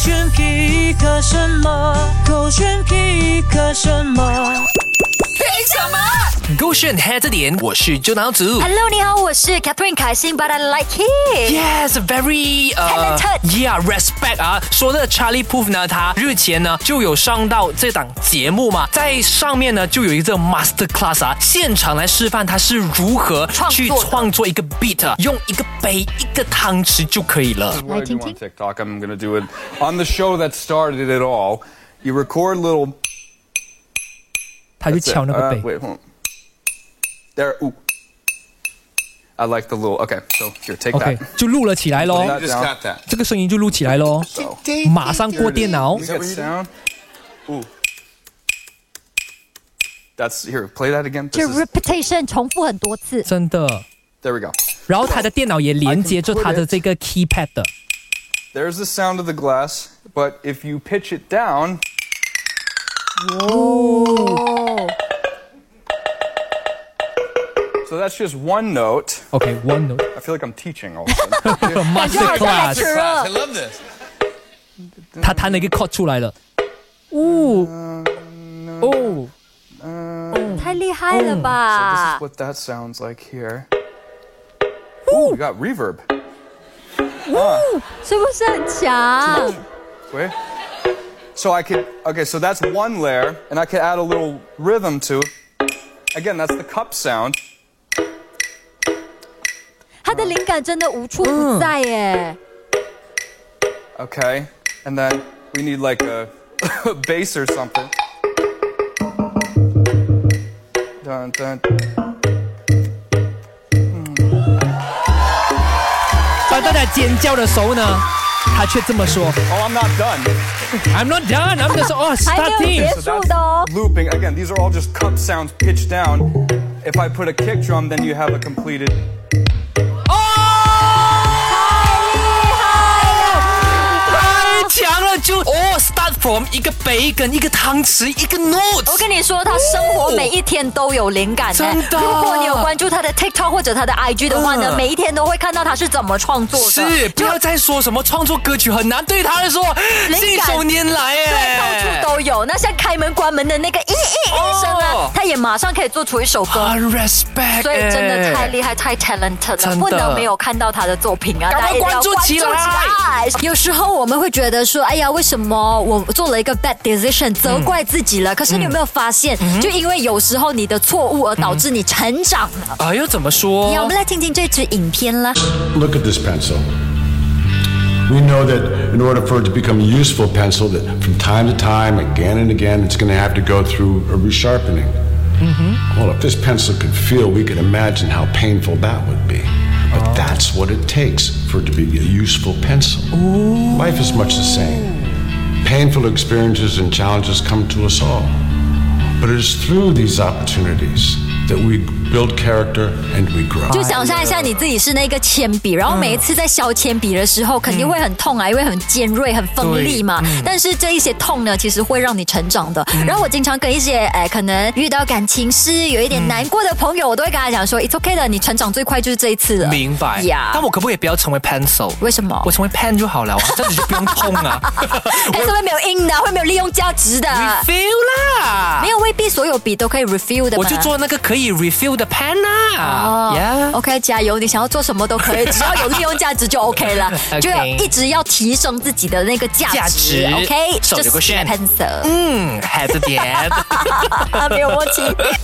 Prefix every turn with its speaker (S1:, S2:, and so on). S1: 选皮克什么？狗选皮克什么？
S2: 勾选 Head 的点，我是周脑 组。
S3: Hello，你好，我是 Catherine 凯欣，But I like it。
S2: Yes, very uh,
S3: Talented
S2: yeah, respect 啊。说的 Charlie Puth 呢，他日前呢就有上到这档节目嘛，在上面呢就有一个 master class 啊，现场来示范他是如何
S3: 创作
S2: 去
S3: 的
S2: 创作一个 beat，啊用一个杯、一个汤匙就可以了。
S4: what I do on TikTok. I'm going to do it on the show that started it all. You record little.
S5: 他就
S4: That's it.
S5: 敲那个
S4: Uh,
S5: 杯。
S4: wait, hold on. There. Ooh. I like the little. Okay, so here, take
S5: OK，
S4: that.
S5: 就录了起
S2: Oh.
S5: 来喽，
S4: That
S6: Just
S4: down.
S6: got that.
S5: 这个声音就录起来喽，
S4: So,
S5: 马上过电脑
S4: you get sound. Ooh. That's here. Play that again.
S3: 就
S4: This is-
S3: repetition 重复很多次，
S5: 真的。
S4: there we go.
S5: 然后他的电脑也连接着他的这个 keypad 的，
S4: There's the sound of the glass, but if you pitch it down,
S3: 哦，
S4: so that's just one note.
S5: OK One Note
S4: I feel like I'm teaching all of a sudden.
S3: 感觉好
S5: Master
S3: 像
S5: Class，
S6: I
S3: lecturer。
S6: love this.
S5: 他弹了一个 chord 出来了，呜哦，
S3: 太厉害了
S4: This
S3: 吧
S4: is！what that sounds like here. Ooh, we got reverb.
S2: 嗯
S3: 是不是很强？
S4: Wait. So I could, okay, so that's one layer, and I could add a little rhythm to it. Again, that's the cup sound.
S3: 他的灵感真的无处不在
S2: 嗯
S3: 耶。
S4: Okay, and then we need like a bass or something. Dun, dun.
S5: 当大家尖叫的时候呢，他却这么说
S4: Oh, I'm not done.
S5: ：“I'm not done, I'm just oh
S3: 还没有
S5: starting。
S3: 结
S4: So
S3: 束的哦
S4: that's。looping. Again, these are all just cup sounds pitched down. If I put a kick drum, then you have a completed.
S2: 哦太强了，就哦 start from 一个杯跟一个汤匙一个 note。
S3: 我跟你说，他生活每一天都有灵感呢。
S2: 真的
S3: 如果你有关注他的 TikTok 或者他的 IG 的话呢，
S2: 嗯
S3: 每一天都会看到他是怎么创作的。
S2: 是，不要再说什么创作歌曲很难，对他来说
S3: 灵感
S2: 信手拈来
S3: 对，
S2: 哎，
S3: 到处都有。那像开门关门的那个一一一声啊，
S2: 哦
S3: 他也马上可以做出一首歌。
S2: 很啊 respect，
S3: 所以真的太
S2: 害。
S3: 厉害，太 talented 了，
S2: 真的
S3: 不能没有看到他的作品啊！
S2: 赶快
S3: 大家一定要
S2: 关注起来
S3: 关注起来有时候我们会觉得说，哎呀，为什么我做了一个 bad decision，责怪自己了？可是你有没有发现，就因为有时候你的错误而导致你成长了？
S2: 哎呦，怎么说？
S3: 呀，我们来听听这支影片啦。
S7: Look at this pencil. We know that in order for it to become a useful pencil, that from time to time, again and again, it's going to have to go through a resharpening. Well, if this pencil could feel, we could imagine how painful that would be. But that's what it takes for it to be a useful pencil. Life is much the same. Painful experiences and challenges come to us all. But it is through these opportunities that we build character and we grow.
S3: 就想象一下你自己是那个铅笔，然后每一次在削铅笔的时候，肯定会很痛啊，因为很尖锐、很锋利嘛。
S2: 嗯
S3: 但是这一些痛呢，其实会让你成长的。然后我经常跟一些哎，可能遇到感情事有一点难过的朋友，我都会跟他讲说，It's OK 的，你成长最快就是这一次了。
S2: 明白
S3: 呀
S2: 但我可不可以不要成为 pencil？
S3: 为什么
S2: 我成为 pen 就 好了，啊这样子就不用痛啊。
S3: 但哎是会没有硬的，会没有利用价值的，
S2: refill 啦，
S3: 呃没有未必所有笔都可以 refill 的嘛。
S2: 我就做那个可以 refill 的 pen 啦。
S3: 哦
S2: Yeah，
S3: OK，加油！你想要做什么都 可以，只要有利用价值就 OK 了
S2: OK
S3: 就要一直要提升自己的那个价值。
S2: 价值
S3: OK，
S2: 手
S3: 这
S2: 留
S3: 是
S2: 个
S3: pencil，
S2: 嗯，孩子点。
S3: 啊没有默契。